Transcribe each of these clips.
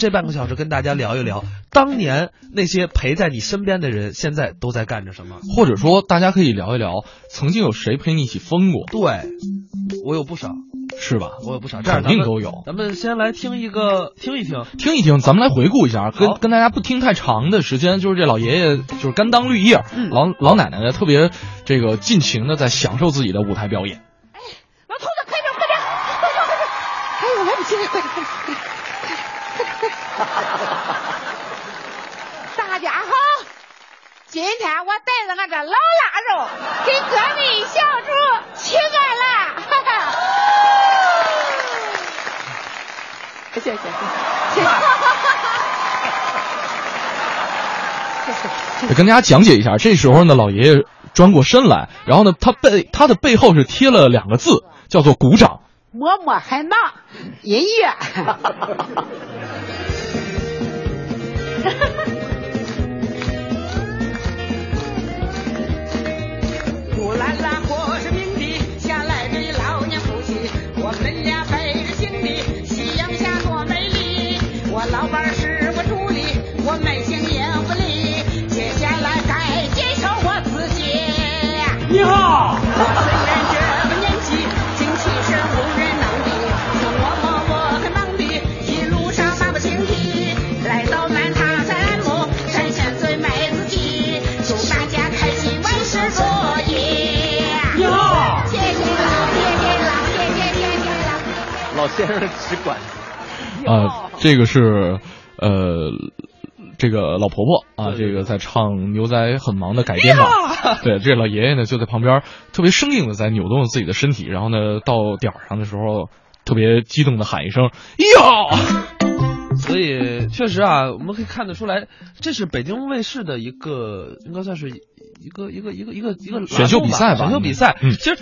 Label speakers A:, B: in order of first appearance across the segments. A: 这半个小时跟大家聊一聊，当年那些陪在你身边的人，现在都在干着什么？
B: 或者说，大家可以聊一聊曾经有谁陪你一起疯过，
A: 对，我有不少，
B: 是吧？
A: 我有不少，这样
B: 肯
A: 咱
B: 定
A: 们
B: 都有。
A: 咱们先来听一个，听一听。
B: 听一听，咱们来回顾一下，跟
A: 好
B: 跟大家不听太长的时间，就是这老爷爷就是甘当绿叶，
A: 嗯
B: 老老奶奶呢特别这个尽情的在享受自己的舞台表演。
C: 老头子，快点，快点，快点，快点！哎呦，来不及了，快点，快点，快点，快点！ 大家好，今天我带着俺这老腊肉给各位小主请安啦！哈哈。 谢谢，谢谢，
B: 得跟大家讲解一下，这时候呢，老爷爷转过身来，然后呢，他背他的背后是贴了两个字，叫做鼓掌。
C: 默默喊忙，音乐。
D: 呼啦啦，我是民的，下来的老娘夫妻，我们俩背着行李，夕阳下多美丽。我老伴儿是我助理，我们行也不离。接下来该介绍我自己。
E: 你好，
D: 我虽然这么年纪，精气神无人能敌。你我我我很忙的，一路上漫不经意，来到南塔山姆，展现最美自己，祝大家开心万事如意。
E: 你好，
C: 谢谢老，谢谢老，谢谢谢谢老。
A: 老先生只管
B: 啊，这个是，呃，这个老婆婆啊，
A: 对对
B: 这个在唱《牛仔很忙》的改编版。 对，这老爷爷呢就在旁边特别生硬的在扭动自己的身体，然后呢到点儿上的时候，特别激动的喊一声“哟
A: 所以确实啊，我们可以看得出来，这是北京卫视的一个，应该算是一个一个一个一个一个
B: 选秀比赛吧
A: 选秀比赛。
B: 嗯
A: 其实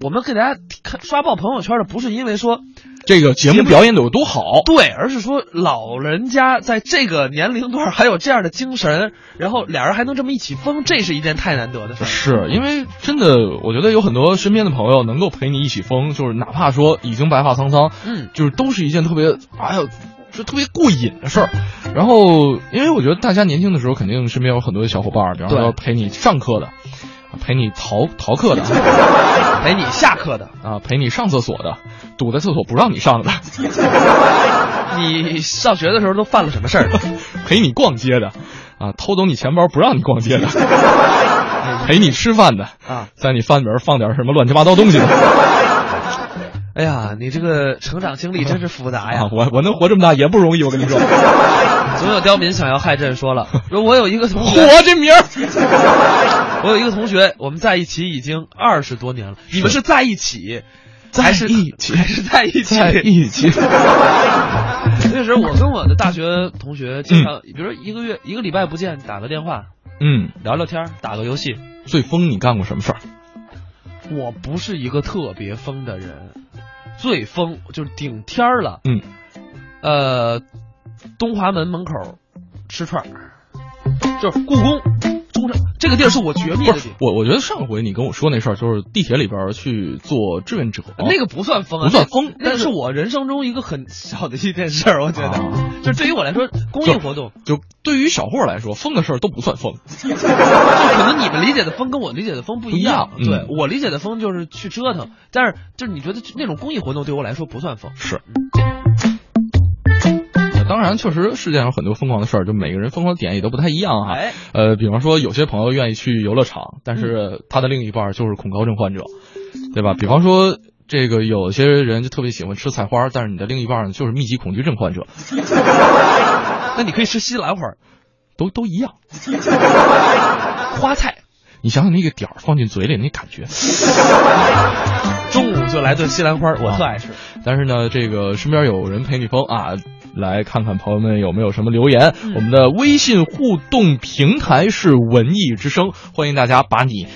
A: 我们给大家看刷爆朋友圈的，不是因为说”，
B: 这个节目表演的有多好。
A: 对，而是说老人家在这个年龄段还有这样的精神，然后俩人还能这么一起疯，这是一件太难得的事儿。
B: 是因为真的，我觉得有很多身边的朋友能够陪你一起疯，就是哪怕说已经白发苍苍，
A: 嗯，
B: 就是都是一件特别，哎呦，就特别过瘾的事儿。然后，因为我觉得大家年轻的时候，肯定身边有很多的小伙伴儿，比方说
A: 对
B: 陪你上课的，陪你逃逃 课的，
A: 陪你下课的，
B: 啊，陪你上厕所的，堵在厕所不让你上的，
A: 你上学的时候都犯了什么事儿？
B: 陪你逛街的，啊，偷走你钱包不让你逛 街的，陪你吃饭的，
A: 啊，
B: 在你饭里边放点什么乱七八糟东西的。
A: 哎呀，你这个成长经历真是复杂哎呀
B: 啊，！我我能活这么大也不容易，我 跟你说，
A: 总有刁民想要害朕， 说了，说我有一个同学，
B: 火这名儿。
A: 我有一个同学，我们在一起已经二十多年了。你们是在一起，还是
B: 在一起
A: 还是 在一起？
B: 在一起，
A: 那时候我跟我的大学同学经常，比如说一个月一个礼拜不见，打个电话
B: 嗯，
A: 聊聊天儿，打个游戏。
B: 最疯你干过什么事儿？
A: 我不是一个特别疯的人，最疯就是顶天儿了。
B: 嗯，
A: 呃，东华门门口吃串儿，就是故宫中山这个地儿是我绝密的
B: 不
A: 地
B: 是
A: 方，
B: 我，我觉得上回你跟我说那事儿，就是地铁里边儿去做志愿者，
A: 那个不算疯啊，
B: 哦不算疯
A: 那那
B: 但是
A: 是我人生中一个很小的一件事儿，我觉得，
B: 啊
A: 就对于我来说，公益活动，
B: 就对于小霍来说，疯的事儿都不算疯。
A: 就可能你们理解的疯跟我理解的疯不一样。
B: 不一样嗯
A: 对我理解的疯就是去折腾，但是就是你觉得那种公益活动对我来说不算疯。
B: 是，呃当然，确实世界上有很多疯狂的事儿，就每个人疯狂的点也都不太一样哈。
A: 哎，
B: 呃，比方说有些朋友愿意去游乐场，但
A: 嗯
B: 是他的另一半儿就是恐高症患者，对吧？比方说。这个有些人就特别喜欢吃菜花，但是你的另一半儿呢就是密集恐惧症患者，
A: 那你可以吃西兰花、
B: 都都一样。
A: 花菜。
B: 你想想那个点儿放进嘴里那感觉，
A: 中午就来顿西兰花，我特爱吃。
B: 但是呢，这个身边有人陪你疯啊，来看看朋友们有没有什么留言。我们的微信互动平台是文艺之声，欢迎大家把你。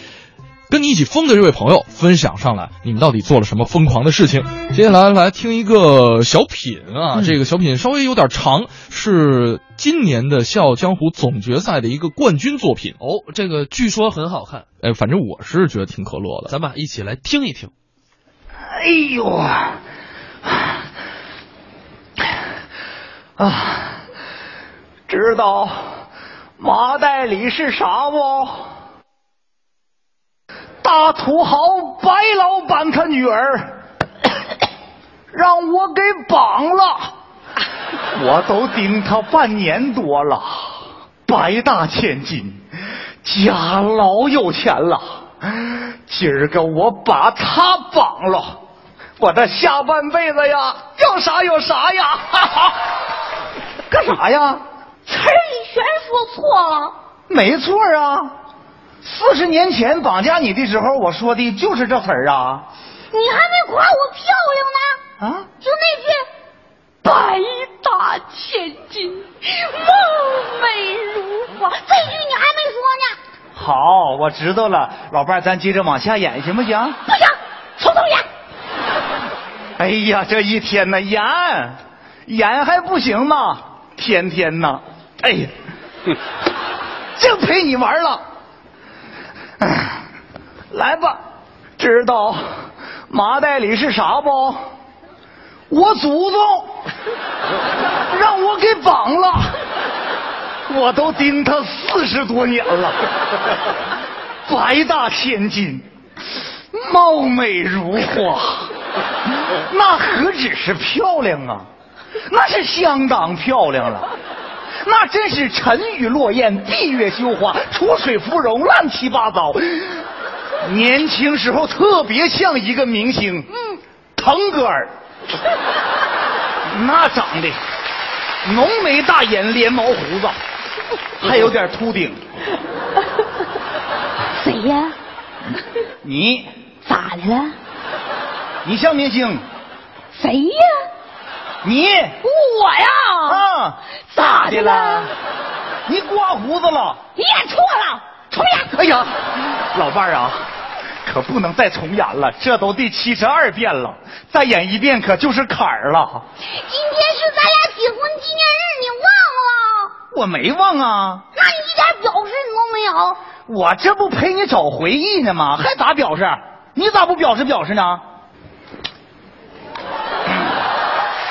B: 跟你一起疯的这位朋友分享上来，你们到底做了什么疯狂的事情？接下来来听一个小品啊，
A: 嗯
B: 这个小品稍微有点长，是今年的《笑傲江湖》总决赛的一个冠军作品。
A: 哦，这个据说很好看，
B: 哎，反正我是觉得挺可乐的。
A: 咱们一起来听一听。
E: 哎呦啊，啊，
F: 知道麻袋里是啥不？大土豪白老板他女儿 让我给绑了，我都盯他半年多了，白大千金，家老有钱了，今儿个我把他绑了，我这下半辈子呀，要啥有啥呀， 哈哈，干啥呀？
G: 词儿里全说错了。
F: 没错啊，四十年前绑架你的时候，我说的就是这词儿啊。
G: 你还没夸我漂亮呢，
F: 啊，
G: 就那句“白大千金，貌美如花”，这句你还没说呢。
F: 好，我知道了，老伴儿，咱接着往下演行不行？
G: 不行，从头演。
F: 哎呀，这一天呐，演演还不行呢，天天呐，哎呀，净陪你玩了。哎来吧，知道麻袋里是啥不？我祖宗 让我给绑了，我都盯他四十多年了，白大千金，貌美如花，那何止是漂亮啊，那是相当漂亮了。那真是沉鱼落雁、闭月羞花、楚水芙蓉，乱七八糟。年轻时候特别像一个明星，嗯，腾格尔。那长得浓眉大眼、连毛胡子，还有点秃顶。
G: 谁呀？
F: 你，
G: 咋的了？
F: 你像明星，
G: 谁呀？
F: 你
G: 我呀！
F: 啊，
G: 哦咋的了？
F: 你刮胡子了？
G: 你演错了，重演。
F: 哎呀，老伴儿啊，可不能再重演了，这都第七十二遍了，再演一遍可就是坎儿了。
G: 今天是咱俩结婚纪念日，你忘了？
F: 我没忘啊，
G: 那你一点表示你都没有。
F: 我这不陪你找回忆呢吗？还咋表示？你咋不表示表示呢？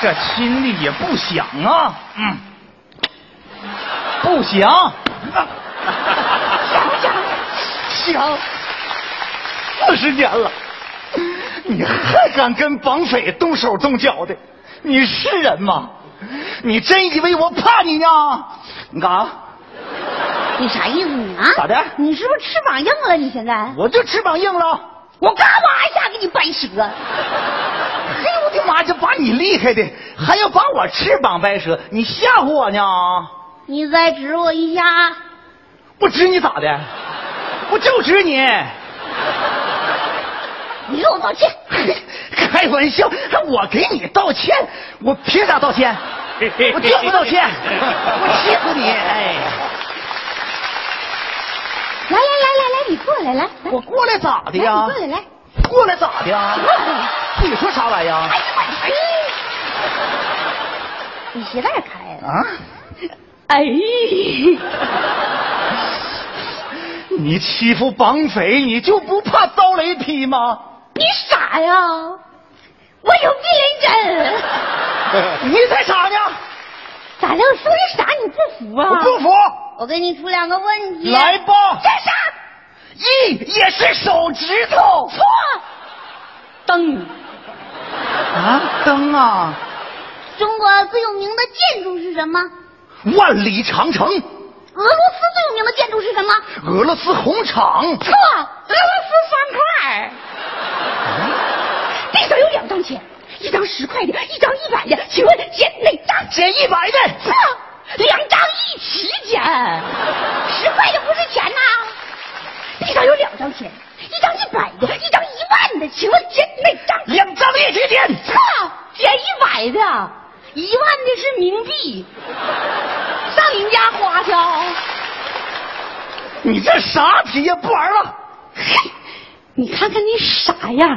F: 这心里也不想啊，嗯，不想，想想，四十年了，你还敢跟绑匪动手动脚的？你是人吗？你真以为我怕你呢？你干啥？
G: 你啥意思你啊？
F: 咋的
G: 你是不是翅膀硬了？你现在？
F: 我这翅膀硬了。
G: 我嘎巴一下给你掰折。
F: 哎呦我的妈！这把你厉害的，还要把我翅膀掰折，你吓唬我呢？
G: 你再指我一下，
F: 我指你咋的？我就指你，
G: 你给我道哎歉。
F: 开玩笑，还我给你道歉，我凭啥道歉？我就不道歉，我气死你！哎，
G: 来来来来来，你过来来来，
F: 我过来咋的
G: 来
F: 呀
G: 哎你？过来来。哎
F: 过来咋的呀？你说啥玩意儿？
G: 哎呀妈呀！你鞋带开了。
F: 啊，
G: 哎，
F: 你欺负绑匪，你就不怕遭雷劈吗？
G: 你傻呀？我有避雷针。
F: 你才傻呢！
G: 咋的？我说的啥你不服啊？
F: 我不服，
G: 我给你出两个问题。
F: 来吧。
G: 这是
F: 一也是手指头
G: 错。灯，
F: 啊，灯啊，
G: 中国最有名的建筑是什么？俄
F: 万里长城，
G: 罗斯最有名的建筑是什么？
F: 俄罗斯红场，
G: 错，俄罗斯方块儿。地上有两张钱，一张十块的，一张一百的，请问捡哪张？
F: 捡一百的，
G: 错，两张一起捡，十块的不是钱呐、地上有两张钱，一张一百的，一张一万的，请问捡哪张？
F: 两张一起捡，
G: 错，捡一百的，一万的是冥币，上你们家花去啊！
F: 你这啥题呀？不玩了。
G: 嘿，你看看你傻样，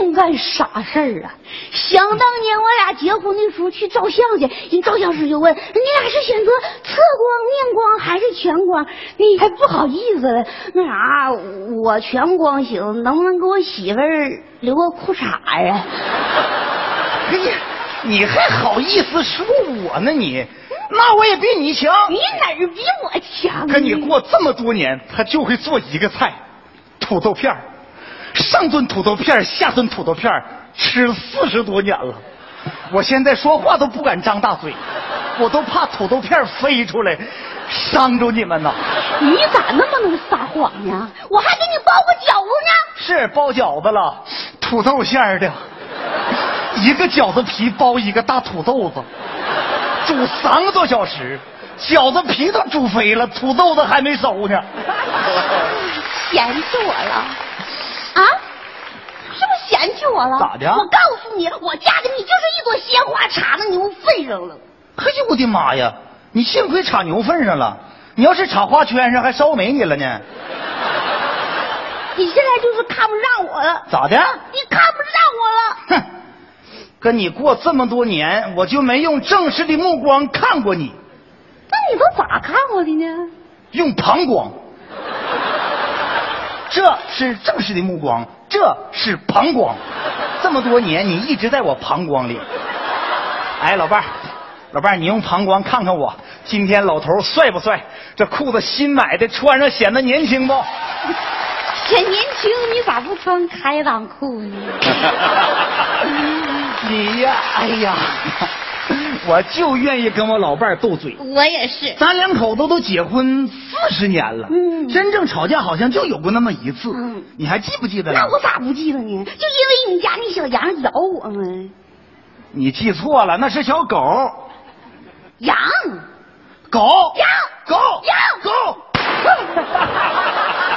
G: 净干傻事儿啊！想当年我俩结婚的时候去照相去，人照相师就问你俩是选择侧光、面光还是全光？你还不好意思了，那啥，我全光行，能不能给我媳妇儿留个裤衩啊呀、嗯
F: 哎呀，你还好意思说我呢你？那我也比你强。
G: 你哪儿比我强？
F: 跟你，过这么多年，他就会做一个菜，土豆片儿上顿土豆片儿下顿土豆片儿吃了四十多年了。我现在说话都不敢张大嘴，我都怕土豆片儿飞出来，伤着你们呐。
G: 你咋那么能撒谎呢？我还给你包过饺子呢。
F: 是包饺子了，土豆馅儿的，一个饺子皮包一个大土豆子，煮三个多小时，饺子皮都煮飞了，土豆子还没熟呢。
G: 嫌弃我了啊？是不是嫌弃我了？
F: 咋的啊
G: 我告诉你，我嫁给你就是一朵鲜花插到牛粪上了。
F: 哎呦我的妈呀！你幸亏插牛粪上了，你要是插花圈上，还烧没你了呢。
G: 你现在就是看不上我了，
F: 咋的？
G: 你看不上我了。
F: 哼，跟你过这么多年，我就没用正式的目光看过你，
G: 那你都咋看我的呢？
F: 用旁光。这是正式的目光，这是膀胱。这么多年，你一直在我膀胱里。哎，老伴儿，老伴儿，你用膀胱看看我，今天老头儿帅不帅？这裤子新买的，穿上显得年轻不？
G: 这年轻你咋不穿开裆裤 呢？
F: 你呀，哎呀， 我就愿意跟我老伴儿斗嘴。
G: 我也是。
F: 咱两口子都结婚四十年了，
G: 嗯
F: 真正吵架好像就有过那么一次，
G: 嗯
F: 你还记不记得？
G: 那我咋不记得呢？就因为你家那小羊咬我嘛，
F: 你记错了，那是小狗，
G: 羊
F: 狗，
G: 羊
F: 狗，
G: 羊
F: 狗，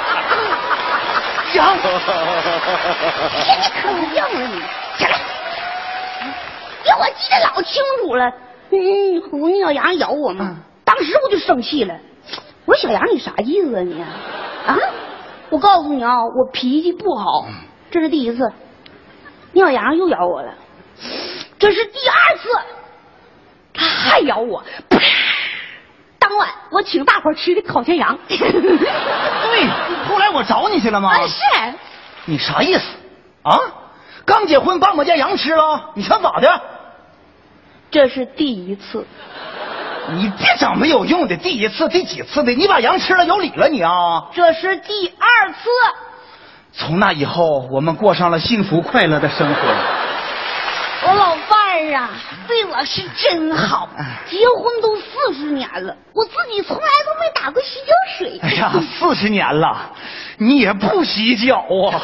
G: 天天
F: 羊，
G: 可犟了你，起来！这我记得老清楚了，嗯，虎那小羊咬我嘛，当时我就生气了，我说小羊你啥意思啊你？啊，我告诉你啊，我脾气不好，这是第一次，那小羊又咬我了，这是第二次，它还咬我，啪！当晚我请大伙儿吃的烤全羊，
F: 对，后来我找你去了吗？
G: 啊是。
F: 你啥意思啊？刚结婚把我家羊吃了，你想咋的？
G: 这是第一次，
F: 你别整没有用的，第一次、第几次的，你把羊吃了有理了你啊！
G: 这是第二次，
F: 从那以后，我们过上了幸福快乐的生 活。
G: 我老伴儿啊，对我是真好。结婚都四十年了，我自己从来都没打过洗脚水。
F: 哎呀，四十年了，你也不洗脚 啊？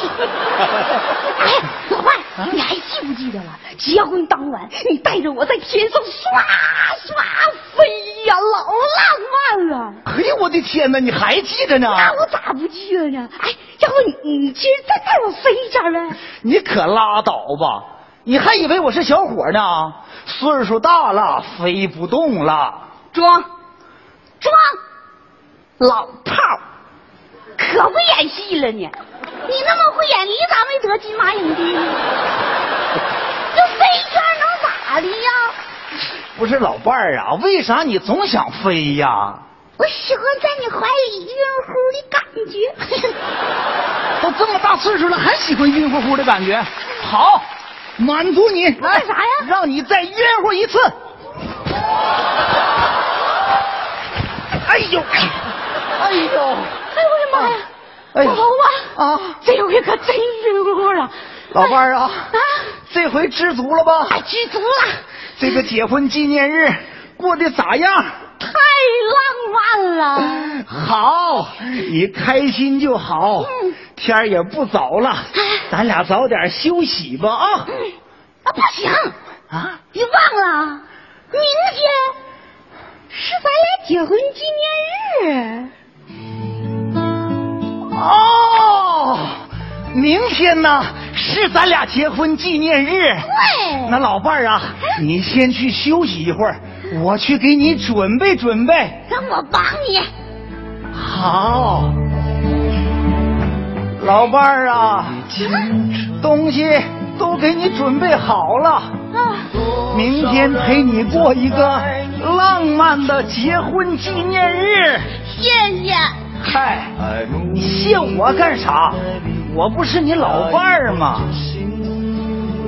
G: 哎，老伴儿，你还记不记得了？结婚当晚，你带着我在天上刷刷飞呀，老浪漫了。
F: 哎呦，我的天哪，你还记着呢？
G: 那我咋不记得呢？哎，要不你你今儿再带我飞一下呗？
F: 你可拉倒吧！你还以为我是小伙呢？岁数大了，飞不动了。
G: 装，装，老炮儿，可会演戏了你！你那么会演，你咋没得金马影帝呢？这飞一圈能咋的呀？
F: 不是老伴儿啊，为啥你总想飞呀？
G: 我喜欢在你怀里晕乎的感觉。哎
F: 都这么大岁数了，还喜欢晕乎乎的感觉？好，满足你。来
G: 干啥呀
F: 让你再晕乎一次。哎呦，哎
G: 哎
F: 呦，
G: 呦我的妈呀！
F: 哎
G: 老啊
F: 啊
G: 这回可真晕乎了。
F: 老伴儿啊
G: 啊，
F: 这回知足了吧？
G: 哎，知足了，
F: 这个结婚纪念日过得咋样？
G: 太浪漫了。
F: 嗯好，你开心就好。
G: 嗯哎
F: 天儿也不早了，咱俩早点休息吧啊！
G: 啊，不行，
F: 啊，
G: 你忘了，明天是咱俩结婚纪念日。
F: 哦，明天呢是咱俩结婚纪念日。
G: 对
F: 那老伴儿啊，你先去休息一会儿，我去给你准备准备。
G: 让我帮你。啊
F: 好，老伴儿啊，东西都给你准备好了，
G: 啊，
F: 明天陪你过一个浪漫的结婚纪念日。
G: 谢谢。
F: 嗨，你谢我干啥？我不是你老伴儿吗？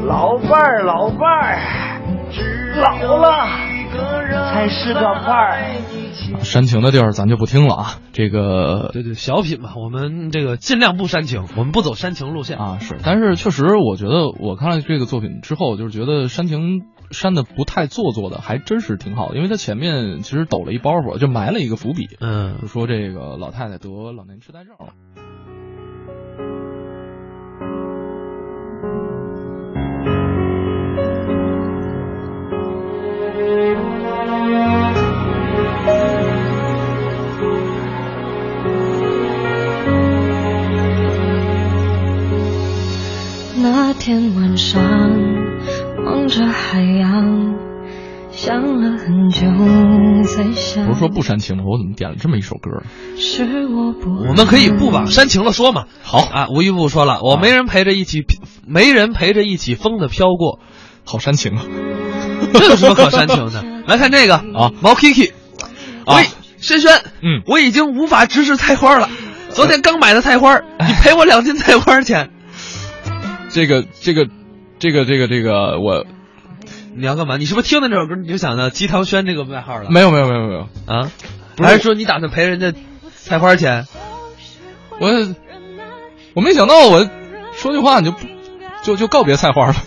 F: 老伴儿，老伴儿，老了才是个伴儿。
B: 煽情的地儿咱就不听了啊。这个
A: 对对，小品嘛，我们这个尽量不煽情，我们不走煽情路线。
B: 啊是，但是确实我觉得我看了这个作品之后，就是觉得煽情煽的不太做作的，还真是挺好的，因为他前面其实抖了一包袱，就埋了一个伏笔，
A: 嗯
B: 就，说这个老太太得老年痴呆症了。
H: 那天晚上，望着海洋，想了很久才想，
B: 不是说不煽情吗？我怎么点了这么一首歌？
H: 是我不，
A: 我们可以不往煽情了说嘛。好啊，吴一布说了，我没人陪着一起，没人陪着一起风的飘 过，
B: 好煽情啊！
A: 这有什么可煽情的？来看这个啊，毛 Kiki，
B: 啊
A: 喂，轩轩，
B: 嗯呃
A: 我已经无法直视菜花了。昨天刚买的菜 花，你赔我两斤菜花钱，
B: 这个这个这个这个这个，我
A: 你要干嘛？你是不是听了这首歌你就想到鸡汤轩这个外号了？
B: 没有没有没有没有，
A: 啊，还是说你打算赔人家菜花钱？
B: 我我没想到我说句话你就不就就告别菜花了。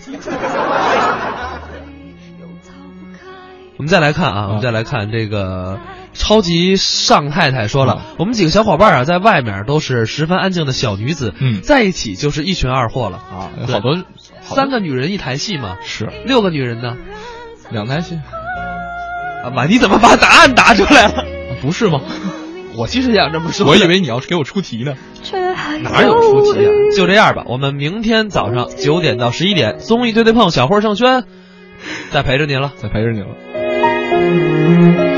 A: 我们再来看啊，我们再来看这个超级尚太太说了，我们几个小伙伴啊，在外面都是十分安静的小女子，
B: 嗯
A: 在一起就是一群二货了
B: 啊
A: 对
B: 好多好多
A: 三个女人一台戏嘛，
B: 是
A: 六个女人呢？
B: 两台戏，
A: 啊妈，你怎么把答案答出来了？
B: 啊不是吗？
A: 我其实想这么说，
B: 我以为你要是给我出题呢。
H: 却
D: 哎
H: 还
A: 哪有出奇啊？就这样吧，我们明天早上九点到十一点，综艺对对碰，小霍盛轩，再陪着您了。
B: 再陪着你了。
H: 我